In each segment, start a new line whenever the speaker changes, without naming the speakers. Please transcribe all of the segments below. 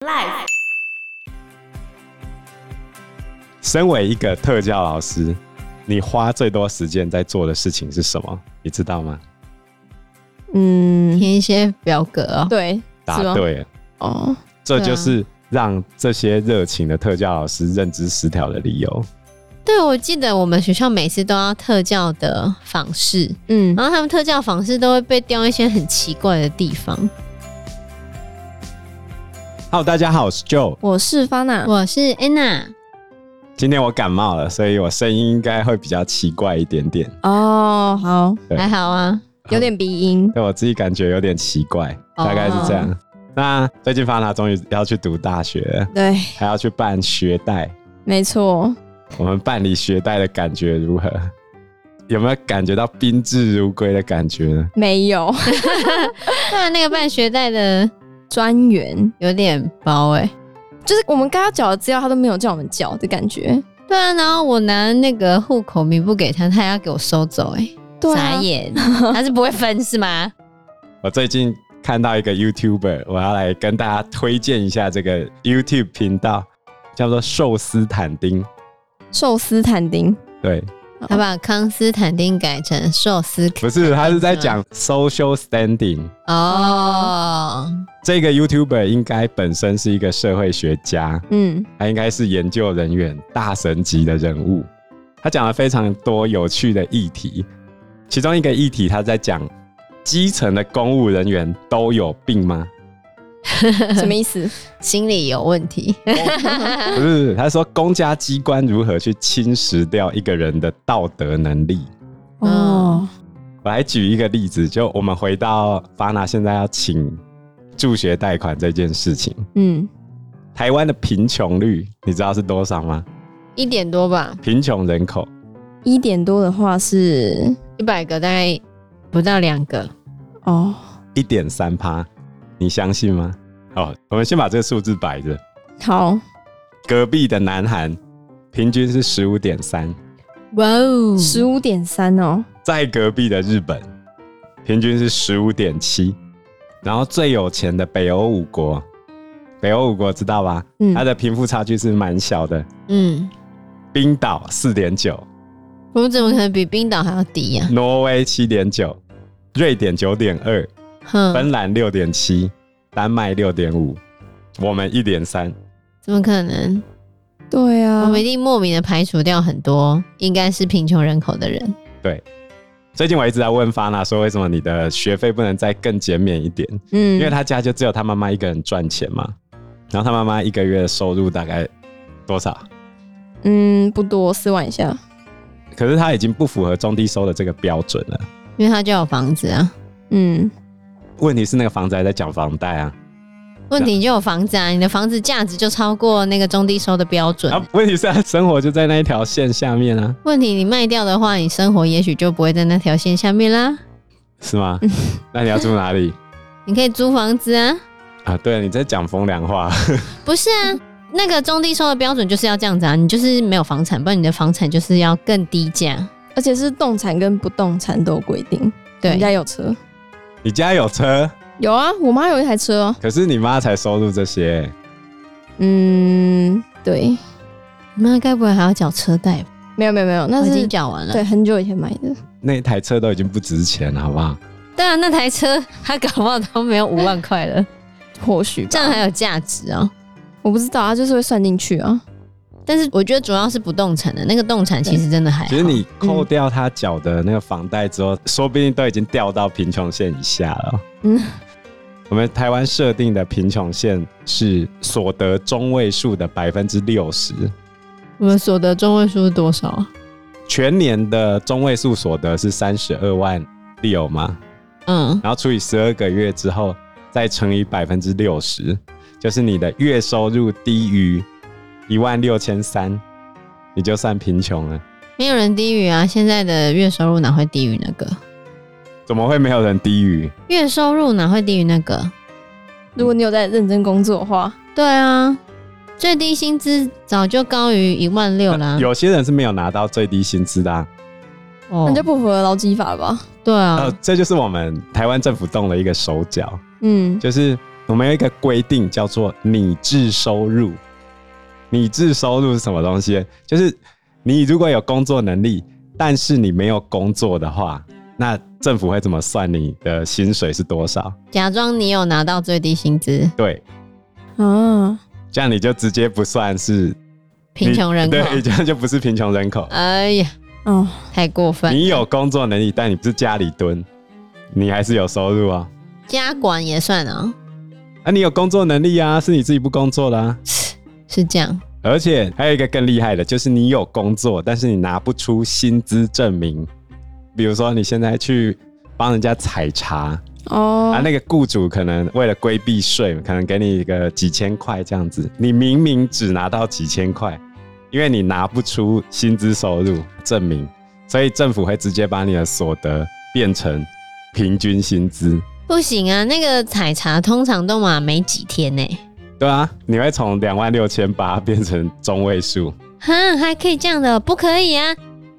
Life。
身为一个特教老师，你花最多时间在做的事情是什么？你知道吗？
嗯，
填一些表格哦。
对，
答
是吗？
对了，
哦，
这
对啊
就是让这些热情的特教老师认知失调的理由。
对，我记得我们学校每次都要特教的访视，
嗯，
然后他们特教访视都会被调一些很奇怪的地方。
Hello，大家好，我是 Joe。
我是方娜，
我是 Anna，
今天我感冒了，所以我声音应该会比较奇怪一点点，
哦，好，
对
还好啊。
有点鼻音，
对我自己感觉有点奇怪，
哦
大概是这样。那最近方娜终于要去读大学了，
对，
还要去办学贷，
没错，
我们办理学贷的感觉如何？有没有感觉到宾至如归的感觉呢？
没有
那那个办学贷的
专员，
有点包哎、
就是我们刚要缴的资料，他都没有叫我们缴的感觉，
对啊，然后我拿那个户口名簿给他，他还要给我收走哎、
对
傻
啊， 嗯
眼，他是不会分是吗？
我最近看到一个 YouTuber，我要来跟大家推荐一下这个 YouTube 频道，叫做寿司坦丁。
寿司坦丁，
对，
他把康斯坦丁改成寿司
不是，他是在讲 social standing。
哦，
嗯
这个 YouTuber 应该本身是一个社会学家，
嗯，
他应该是研究人员大神级的人物。他讲了非常多有趣的议题，其中一个议题他在讲基层的公务人员都有病吗？
什么意思？
心理有问题。
不是，他说公家机关如何去侵蚀掉一个人的道德能力。
哦，
我来举一个例子，就我们回到巴拿现在要请助学贷款这件事情，
嗯，
台湾的贫穷率你知道是多少吗？
一点多吧，
贫穷人口
一点多的话是，
一百个大概不到两个。
哦，
一点三趴，你相信吗？哦，我们先把这个数字摆着。
好，
隔壁的南韩平均是十五点三，
哇哦，
十五点三哦，
在隔壁的日本平均是十五点七，然后最有钱的北欧五国，北欧五国知道吧？
嗯
它的贫富差距是蛮小的，
嗯，
冰岛四点九，
我怎么可能比冰岛还要低呀、
挪威七点九，瑞典九点二，
哼，
芬兰六点七，丹麦六点五，我们一点三。
怎么可能？
对
我
啊，
们一定莫名的排除掉很多应该是贫穷人口的人。
最近我一直在问发娜说，为什么你的学费不能再更减免一点？
嗯
因为他家就只有他妈妈一个人赚钱嘛，然后他妈妈一个月的收入大概多少？
嗯，不多，四万以下，
可是他已经不符合中低收的这个标准了。
因为他就有房子啊，
嗯，
问题是那个房子还在缴房贷啊，
问题就有房子啊，你的房子价值就超过那个中低收的标准。
啊，问题是他生活就在那一条线下面啊，
问题你卖掉的话，你生活也许就不会在那条线下面啦。
是吗？那你要住哪里
你可以租房子啊，
啊？对，你在讲风凉话，
不是啊？那个中低收的标准就是要这样子啊，你就是没有房产，不然你的房产就是要更低价。
而且是动产跟不动产都有规定。
对
人，家有车，
你家有车，
有啊，我妈有一台车哦。
可是你妈才收入这些，
嗯，对，
你妈该不会还要缴车贷吧？
没有没有没有，那
我已
是
经缴完了。
对很久以前买的。
那一台车都已经不值钱了，好不好？
当然那台车 他搞不好都没有五万块了，
或许吧
这样还有价值哦。
我不知道，它就是会算进去啊。
但是我觉得主要是不动产的那个动产，其实真的还好。嗯
其实你扣掉他缴的那个房贷之后，说不定都已经掉到贫穷线以下了。
嗯，
我们台湾设定的贫穷线是所得中位数的百分之六十，
我们所得中位数是多少啊？
全年的中位数所得是三十二万六嘛，
嗯，
然后除以十二个月之后，再乘以百分之六十，就是你的月收入低于一万六千三，你就算贫穷了。
没有人低于啊，现在的月收入哪会低于那个？
怎么会没有人低于？
月收入哪会低于那个？
如果你有在认真工作的话，
对啊，最低薪资早就高于一万六啦。
有些人是没有拿到最低薪资的、啊。
哦
那就不符合劳基法了吧？
呃
对啊，
呃，这就是我们台湾政府动了一个手脚，
嗯，
就是我们有一个规定叫做拟制收入。拟制收入是什么东西？就是你如果有工作能力，但是你没有工作的话，那政府会怎么算你的薪水是多少？
假装你有拿到最低薪资，
对，
啊，
这样你就直接不算是
贫穷人口。
对，这样就不是贫穷人口。
哎呀，
哦，
太过分了！
你有工作能力，但你不是家里蹲，你还是有收入啊。
家管也算啊、
啊，你有工作能力啊，是你自己不工作的啊。
是这样。
而且还有一个更厉害的，就是你有工作，但是你拿不出薪资证明。比如说你现在去帮人家采茶，啊，
哦，
那个雇主可能为了规避税，可能给你一个几千块这样子，你明明只拿到几千块，因为你拿不出薪资收入证明，所以政府会直接把你的所得变成平均薪资。
不行啊，那个采茶通常都嘛没几天呢、
对啊，你会从两万六千八变成中位数，
哈，还可以这样的，不可以啊！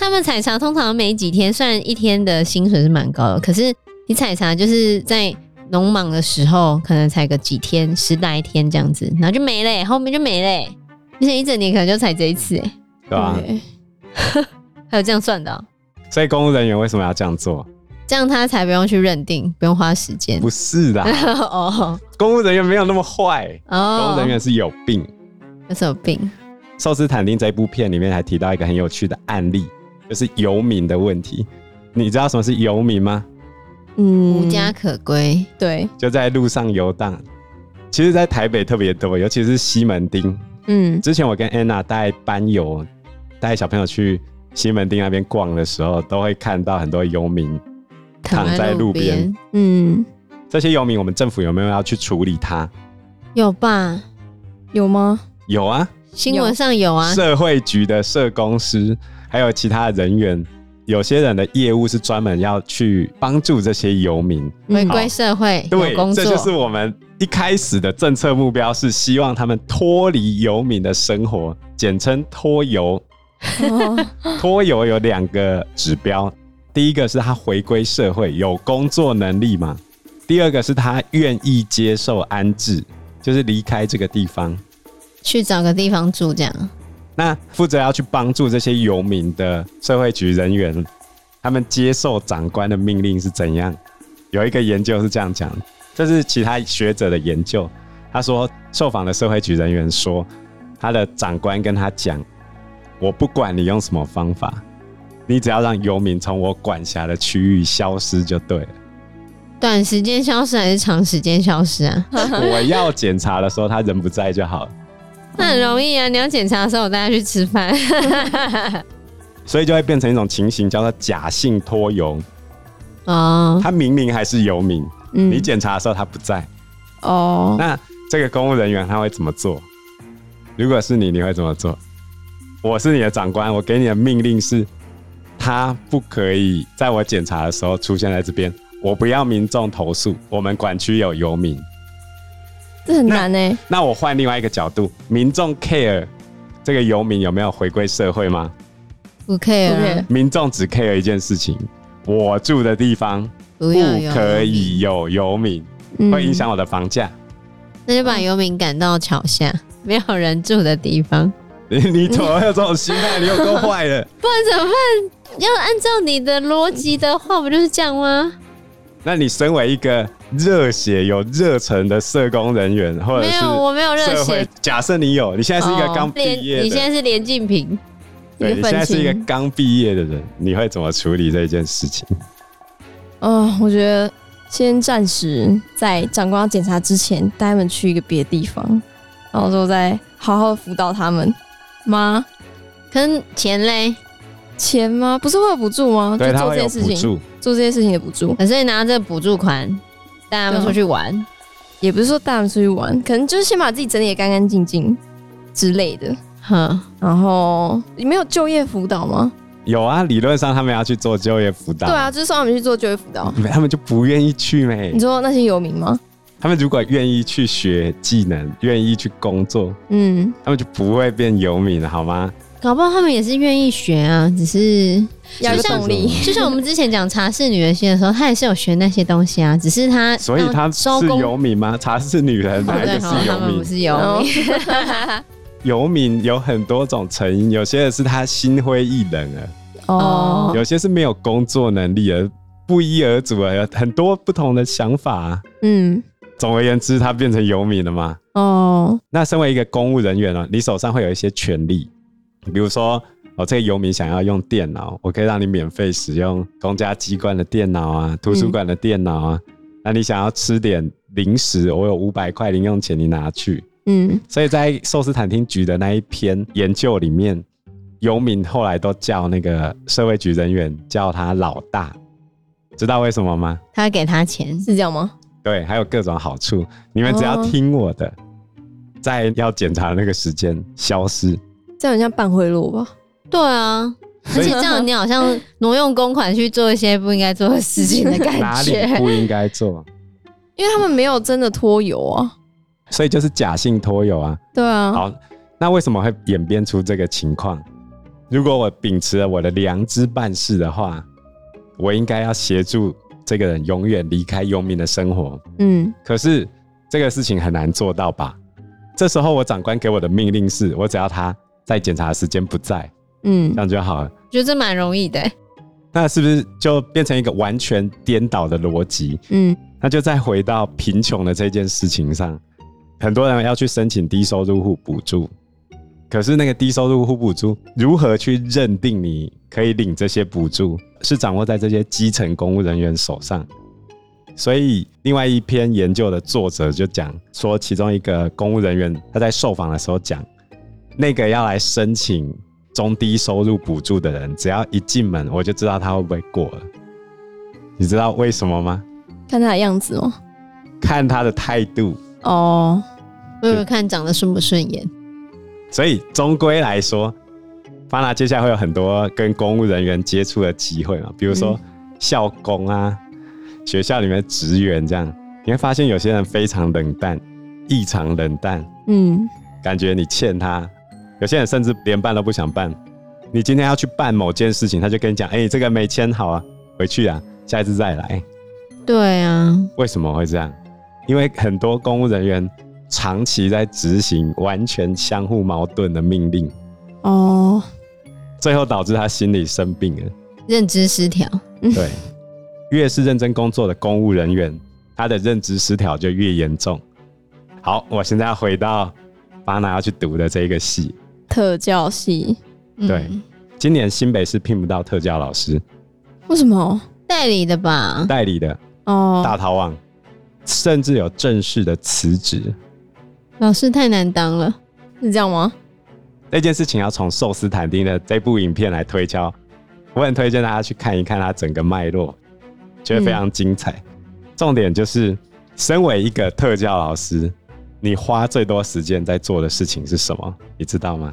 他们采茶通常没几天，虽然一天的薪水是蛮高的，可是你采茶就是在农忙的时候，可能采个几天、十来天这样子，然后就没了欸、后面就没了欸、而且一整年可能就采这一次、欸，
对吧、
对
还有这样算的哦、
所以公务人员为什么要这样做？
这样他才不用去认定，不用花时间。
不是啦，
哦
公务人员没有那么坏，公务人
哦，
员是有病。
有什么病？
寿斯坦丁这部片里面还提到一个很有趣的案例，就是游民的问题。你知道什么是游民吗？
嗯
无家可归，
对，
就在路上游荡。其实，在台北特别多，尤其是西门町。
嗯，
之前我跟 Anna 带班友、带小朋友去西门町那边逛的时候，都会看到很多游民。躺在路边，
嗯，
这些游民，我们政府有没有要去处理它？
有吧？
有吗？
有啊，
新闻上有啊，
社会局的社工师，还有其他人员，有些人的业务是专门要去帮助这些游民。
回
嗯
归社会，
对
有工，作
这就是我们一开始的政策目标，是希望他们脱离游民的生活，简称脱 游。
哦
脱游有两个指标，第一个是他回归社会，有工作能力嘛；第二个是他愿意接受安置，就是离开这个地方。
去找个地方住这样。
那负责要去帮助这些游民的社会局人员，他们接受长官的命令是怎样？有一个研究是这样讲，这是其他学者的研究。他说，受访的社会局人员说，他的长官跟他讲：“我不管你用什么方法， 你只要让游民从我管辖的区域消失就对了。
短时间消失还是长时间消失啊？
我要检查的时候，他人不在就好了。”
那很容易啊！你要检查的时候，我带他去吃饭。
所以就会变成一种情形，叫做假性拖油。
哦，
他明明还是游民，
嗯
你检查的时候他不在，
哦，
那这个公务人员他会怎么做？如果是你，你会怎么做？我是你的长官，我给你的命令是，他不可以在我检查的时候出现在这边。我不要民众投诉，我们管区有游民。
这很难欸呢。
那我换另外一个角度，民众 care 这个游民有没有回归社会吗？
不 care，
不 care
啊
民众只 care 一件事情：我住的地方不
不要有
可，以有游民，
嗯
会影响我的房价。
那就把游民赶到桥下， 没有人住的地方。
你 你怎么会有这种心态？你有够坏的！
不然怎么办？要按照你的逻辑的话，不就是这样吗？
那你身为一个热血有热忱的社工人员，或者
没
是
有，我没有热
社
血
会，，假设你有，你现在是一个
哦
刚毕
连
业的，
你现在是连晋平，
对，
嗯一
你
个愤
现在是一个
青
刚毕业的人，你会怎么处理这件事情？
哦，我觉得先暂时在长官要检查之前，带他们去一个别的地方，然后之后再好好地辅导他们。妈，
可是钱嘞，
钱吗？不是会有补助吗？
对
就
他
做
会
这
有
些事
补
情，
助，
做这些事情的补助，
可是你拿这补助款带他们出去玩，
也不是说带他们出去玩，可能就是先把自己整理的干干净净之类的。
哼，
然后你没有就业辅导吗？
有啊，理论上他们要去做就业辅导，
对啊，就是说他们去做就业辅导。
没，他们就不愿意去没
你。说那些游民吗？
他们如果愿意去学技能，愿意去工作，
嗯，
他们就不会变游民了，好吗？
搞不好他们也是愿意学啊，只是
要有
是
动力。
就像我们之前讲茶室女人心的时候，她也是有学那些东西啊，只是她
所以
到
她
收
是
工
游民吗？茶是女人，
哦
哪一
对
个
哦
是游
他们不
民？
是游
哦
民，
游民有很多种成因，有些人是他心灰意冷了，
哦
有些是没有工作能力而不一而足了，有很多不同的想法啊、
嗯，
总而言之，他变成游民了嘛。
哦，
那身为一个公务人员呢、你手上会有一些权利，比如说，哦，这个游民想要用电脑，我可以让你免费使用公家机关的电脑啊，图书馆的电脑啊。那你想要吃点零食，我有五百块零用钱，你拿去。
嗯，
所以在寿司坦厅局的那一篇研究里面，游民后来都叫那个社会局人员叫他老大，知道为什么吗？
她给她钱，
是这样吗？
对，还有各种好处。你们只要
哦
听我的，在要检查的那个时间消失。
这样很像半贿赂吧？
对啊。而
所以
且这样，你好像挪用公款去做一些不应该做的事情的感
哪里
觉。
不应该做？
因为他们没有真的拖油啊。
所以就是假性拖油啊。
对啊，
好，那为什么会演变出这个情况？如果我秉持了我的良知办事的话，我应该要协助这个人永远离开游民的生活。
嗯，
可是这个事情很难做到吧？这时候我长官给我的命令是，我只要他在检查的时间不在，
嗯
这，样就好了。
我觉得这蛮容易的、欸
那是不是就变成一个完全颠倒的逻辑？
嗯，
那就再回到贫穷的这件事情上，很多人要去申请低收入户补助，可是那个低收入户补助如何去认定你可以领这些补助，是掌握在这些基层公务人员手上。所以，另外一篇研究的作者就讲说，其中一个公务人员他在受访的时候讲，那个要来申请中低收入补助的人，只要一进门，我就知道他会不会过了。你知道为什么吗？
看他的样子吗？
看他的态度。
哦，
我有看长得顺不顺眼，
所以终归来说，巴拿接下来会有很多跟公务人员接触的机会嘛，比如说校工啊，学校里面的职员这样，你会发现有些人非常冷淡，异常冷淡，
嗯，
感觉你欠他。有些人甚至连办都不想办。你今天要去办某件事情，他就跟你讲：“哎、这个没签好啊，回去啊，下一次再来。”
对啊，
为什么会这样？因为很多公务人员长期在执行完全相互矛盾的命令，
哦，
最后导致他心理生病了。
认知失调，
对，越是认真工作的公务人员，他的认知失调就越严重。好，我现在要回到巴拿要去读的这一个系。
特教系
嗯
对今年新北市聘不到特教老师，
为什么？
代理的吧？
代理的
哦，
大逃亡，甚至有正式的辞职。
老师太难当了，
是这样吗？
这件事情要从寿司坦丁的这部影片来推敲，我很推荐大家去看一看它整个脉络，觉得非常精彩。重点就是，身为一个特教老师，你花最多时间在做的事情是什么？你知道吗？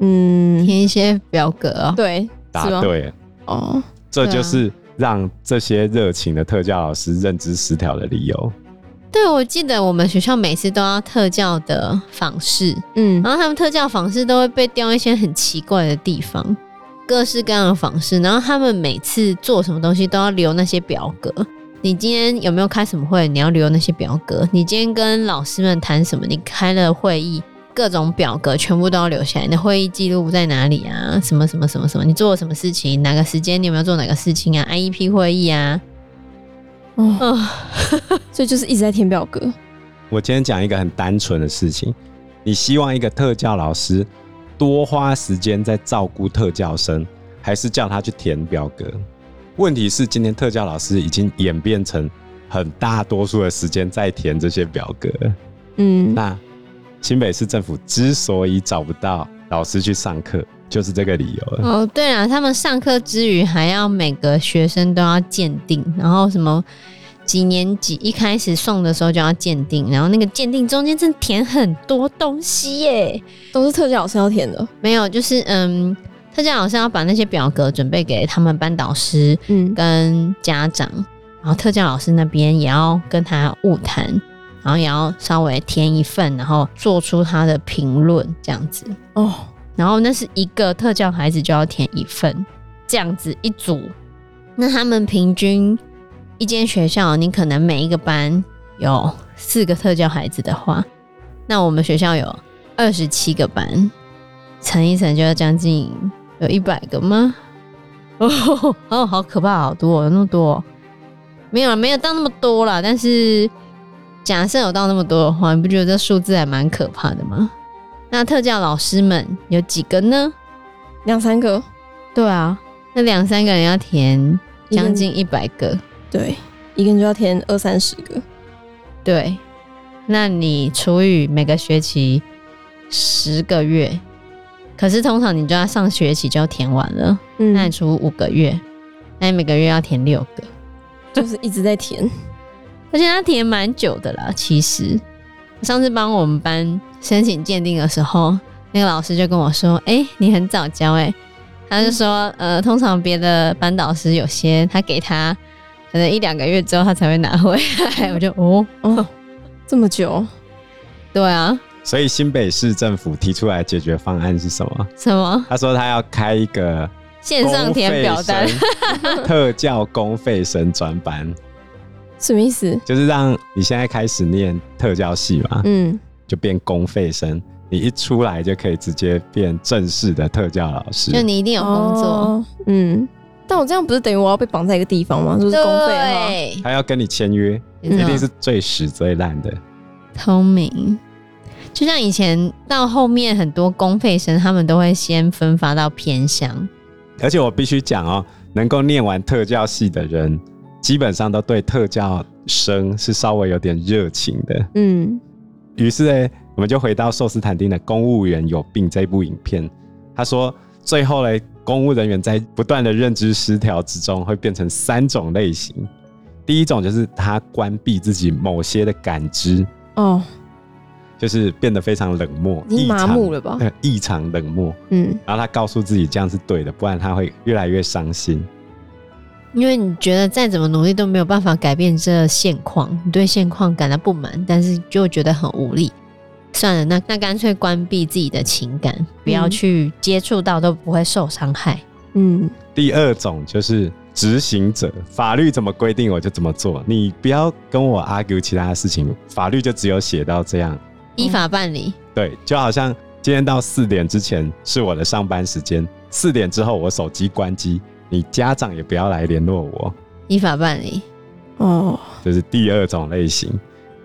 嗯，
填一些表格哦、
对，
答
是吗？
对了，
哦，
这就是让这些热情的特教老师认知失调的理由。
对，我记得我们学校每次都要特教的访视，
嗯，
然后他们特教访视都会被调一些很奇怪的地方，各式各样的访视。然后他们每次做什么东西都要留那些表格。你今天有没有开什么会？你要留那些表格。你今天跟老师们谈什么？你开了会议，各种表格全部都要留下来。你的会议记录在哪里啊？什么什么什么什么？你做了什么事情？哪个时间你有没有做哪个事情啊？IEP 会议啊？
哦，
嗯、
所以就是一直在填表格，
我今天讲一个很单纯的事情，你希望一个特教老师多花时间在照顾特教生，还是叫他去填表格？问题是，今天特教老师已经演变成很大多数的时间在填这些表格了。
嗯，
那新北市政府之所以找不到老师去上课，就是这个理由了。
哦，对啊，他们上课之余还要每个学生都要鉴定，然后什么几年级一开始送的时候就要鉴定，然后那个鉴定中间真的填很多东西耶。
都是特教老师要填的，
没有，就是嗯，特教老师要把那些表格准备给他们班导师
嗯，
跟家长，然后特教老师那边也要跟他晤谈，然后也要稍微填一份，然后做出他的评论这样子。
哦，
然后那是一个特教孩子就要填一份，这样子一组。那他们平均一间学校，你可能每一个班有四个特教孩子的话，那我们学校有二十七个班，乘一乘就要将近有一百个吗？ 哦哦，好可怕，好多、哦，有那么多哦、没有啊，没有到那么多啦。但是假设有到那么多的话，你不觉得这数字还蛮可怕的吗？那特教老师们有几个呢？
两三个，
对啊，那两三个人要填将近一百个，
对，一个人就要填二三十个，
对。那你除以每个学期十个月，可是通常你就要上学期就要填完了，
嗯
那你除五个月，那你每个月要填六个。
就是一直在填，
而且他填蛮久的啦。其实我上次帮我们班申请鉴定的时候，那个老师就跟我说：“哎、你很早交哎、他就说：“呃，通常别的班导师有些他给他可能一两个月之后他才会拿回来。”我 就哦，
哦， 这么久，
对啊，
所以新北市政府提出来的解决方案是什么？
什么
他说他要开一个
线上填表
公
单，
费 生特教公费生专班，
什么意思？
就是让你现在开始念特教系嘛，
嗯，
就变公费生，你一出来就可以直接变正式的特教老师。
就你一定有工作，
哦，嗯。但我这样不是等于我要被绑在一个地方吗？就是公费的话，
对，
他要跟你签约，
你知
一
道
定是最屎最烂的。
聪明。就像以前到后面很多公费生，他们都会先分发到偏乡，
而且我必须讲哦，能够念完特教系的人，基本上都对特教生是稍微有点热情的。
嗯，
于是呢，我们就回到寿斯坦丁的《公务员有病》这部影片。他说，最后呢，公务人员在不断的认知失调之中，会变成三种类型。第一种就是他关闭自己某些的感知，
哦，
就是变得非常冷漠，
已经麻木
了，
了吧？
呃异常冷漠。
嗯，
然后他告诉自己这样是对的，不然他会越来越伤心。
因为你觉得再怎么努力都没有办法改变这现况，你对现况感到不满，但是就觉得很无力。算了，那那干脆关闭自己的情感，不要去接触到，都不会受伤害。
嗯，
第二种就是执行者，法律怎么规定我就怎么做，你不要跟我 argue 其他的事情，法律就只有写到这样。
依法办理，
对，就好像今天到四点之前是我的上班时间，四点之后我手机关机，你家长也不要来联络我，
依法办理。
哦，
这是第二种类型。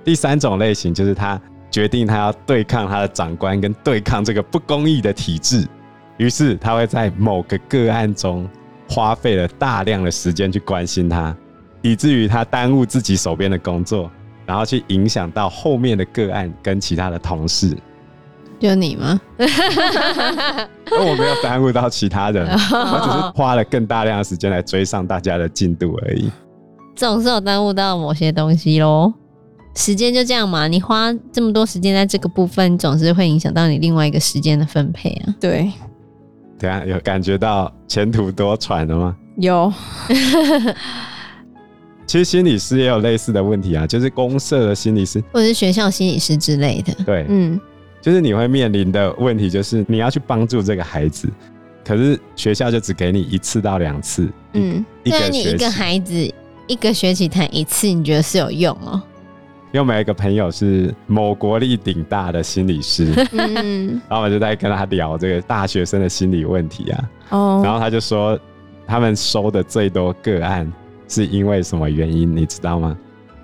第三种类型就是他决定他要对抗他的长官跟对抗这个不公义的体制，于是他会在某个个案中花费了大量的时间去关心他，以至于他耽误自己手边的工作，然后去影响到后面的个案跟其他的同事。
就你吗？
而我没有耽误到其他 人，我只是花了更大量的时间来追上大家的进度而已。
总是有耽误到某些东西嗯喽。时间就这样嘛，你花这么多时间在这个部分，总是会影响到你另外一个时间的分配啊。
对，
等一下有感觉到前途多舛了吗？
有，
其实心理师也有类似的问题啊，就是公社的心理师，
或者是学校心理师之类的，
对，
嗯，
就是你会面临的问题就是你要去帮助这个孩子，可是学校就只给你一次到两次，嗯，
嗯，
一
对啊，
个
你一
学
个
期。
孩子一个学期谈一次，你觉得是有用哦？
因为我们有一个朋友是某国力顶大的心理 师，然
嗯，
后我们就在跟他聊这个大学生的心理问题啊。
嗯
然
哦，
后他就说，他们收的最多个案是因为什么原因，你知道吗？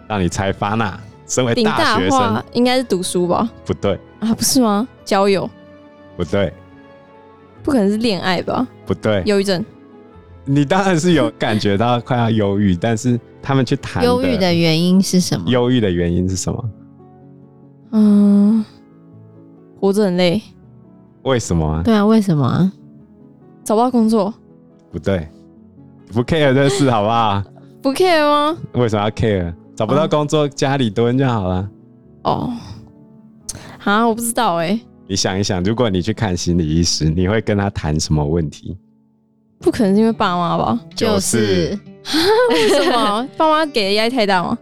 让你猜，发那身为
顶
大
大
学生
话，应该是读书吧？
不对，
啊，不是吗？交友，
不对，
不可能是恋爱吧？
不对，
忧郁症，
你当然是有感觉到快要忧郁，但是他们去谈
忧郁的原因是什么？
忧郁的原因是什么？
嗯，活着很累，
为什么啊？
对啊，为什么啊？
找不到工作，
不对，不 care 这事好不好？
不 care 吗？
为什么要 care？找不到工作，家里蹲就好了。
哦，啊，我不知道哎、
你想一想，如果你去看心理医师，你会跟他谈什么问题？
不可能是 因为爸妈吧？
就是
为什么？爸妈给的压力太大吗？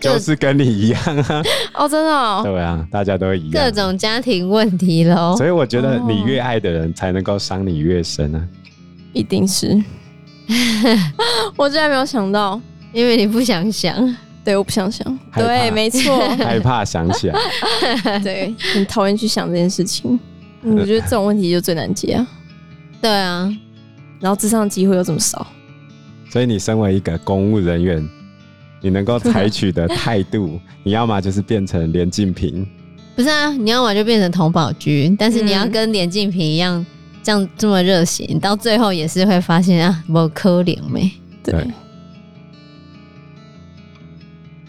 就是跟你一样啊，
哦，真的、哦，
对啊，大家都一样
各
啊，
种家庭问题喽。
所以我觉得你越爱的人，才能够伤你越深啊。
一定是。 我竟然没有想到，
因为你不 想想，
对，我不想想，
害怕
对，没错，
害怕想起来，
对，很讨厌去想这件事情。 嗯我觉得这种问题就最难解啊，
对啊，
然后智商的机会又这么少，
所以你身为一个公务人员，你能够采取的态度，你要么就是变成连静平，
不是啊，你要么就变成童宝驹，但
嗯
是你要跟连静平一样，这样这么热血，你到最后也是会发现啊，我可怜没。
对，
对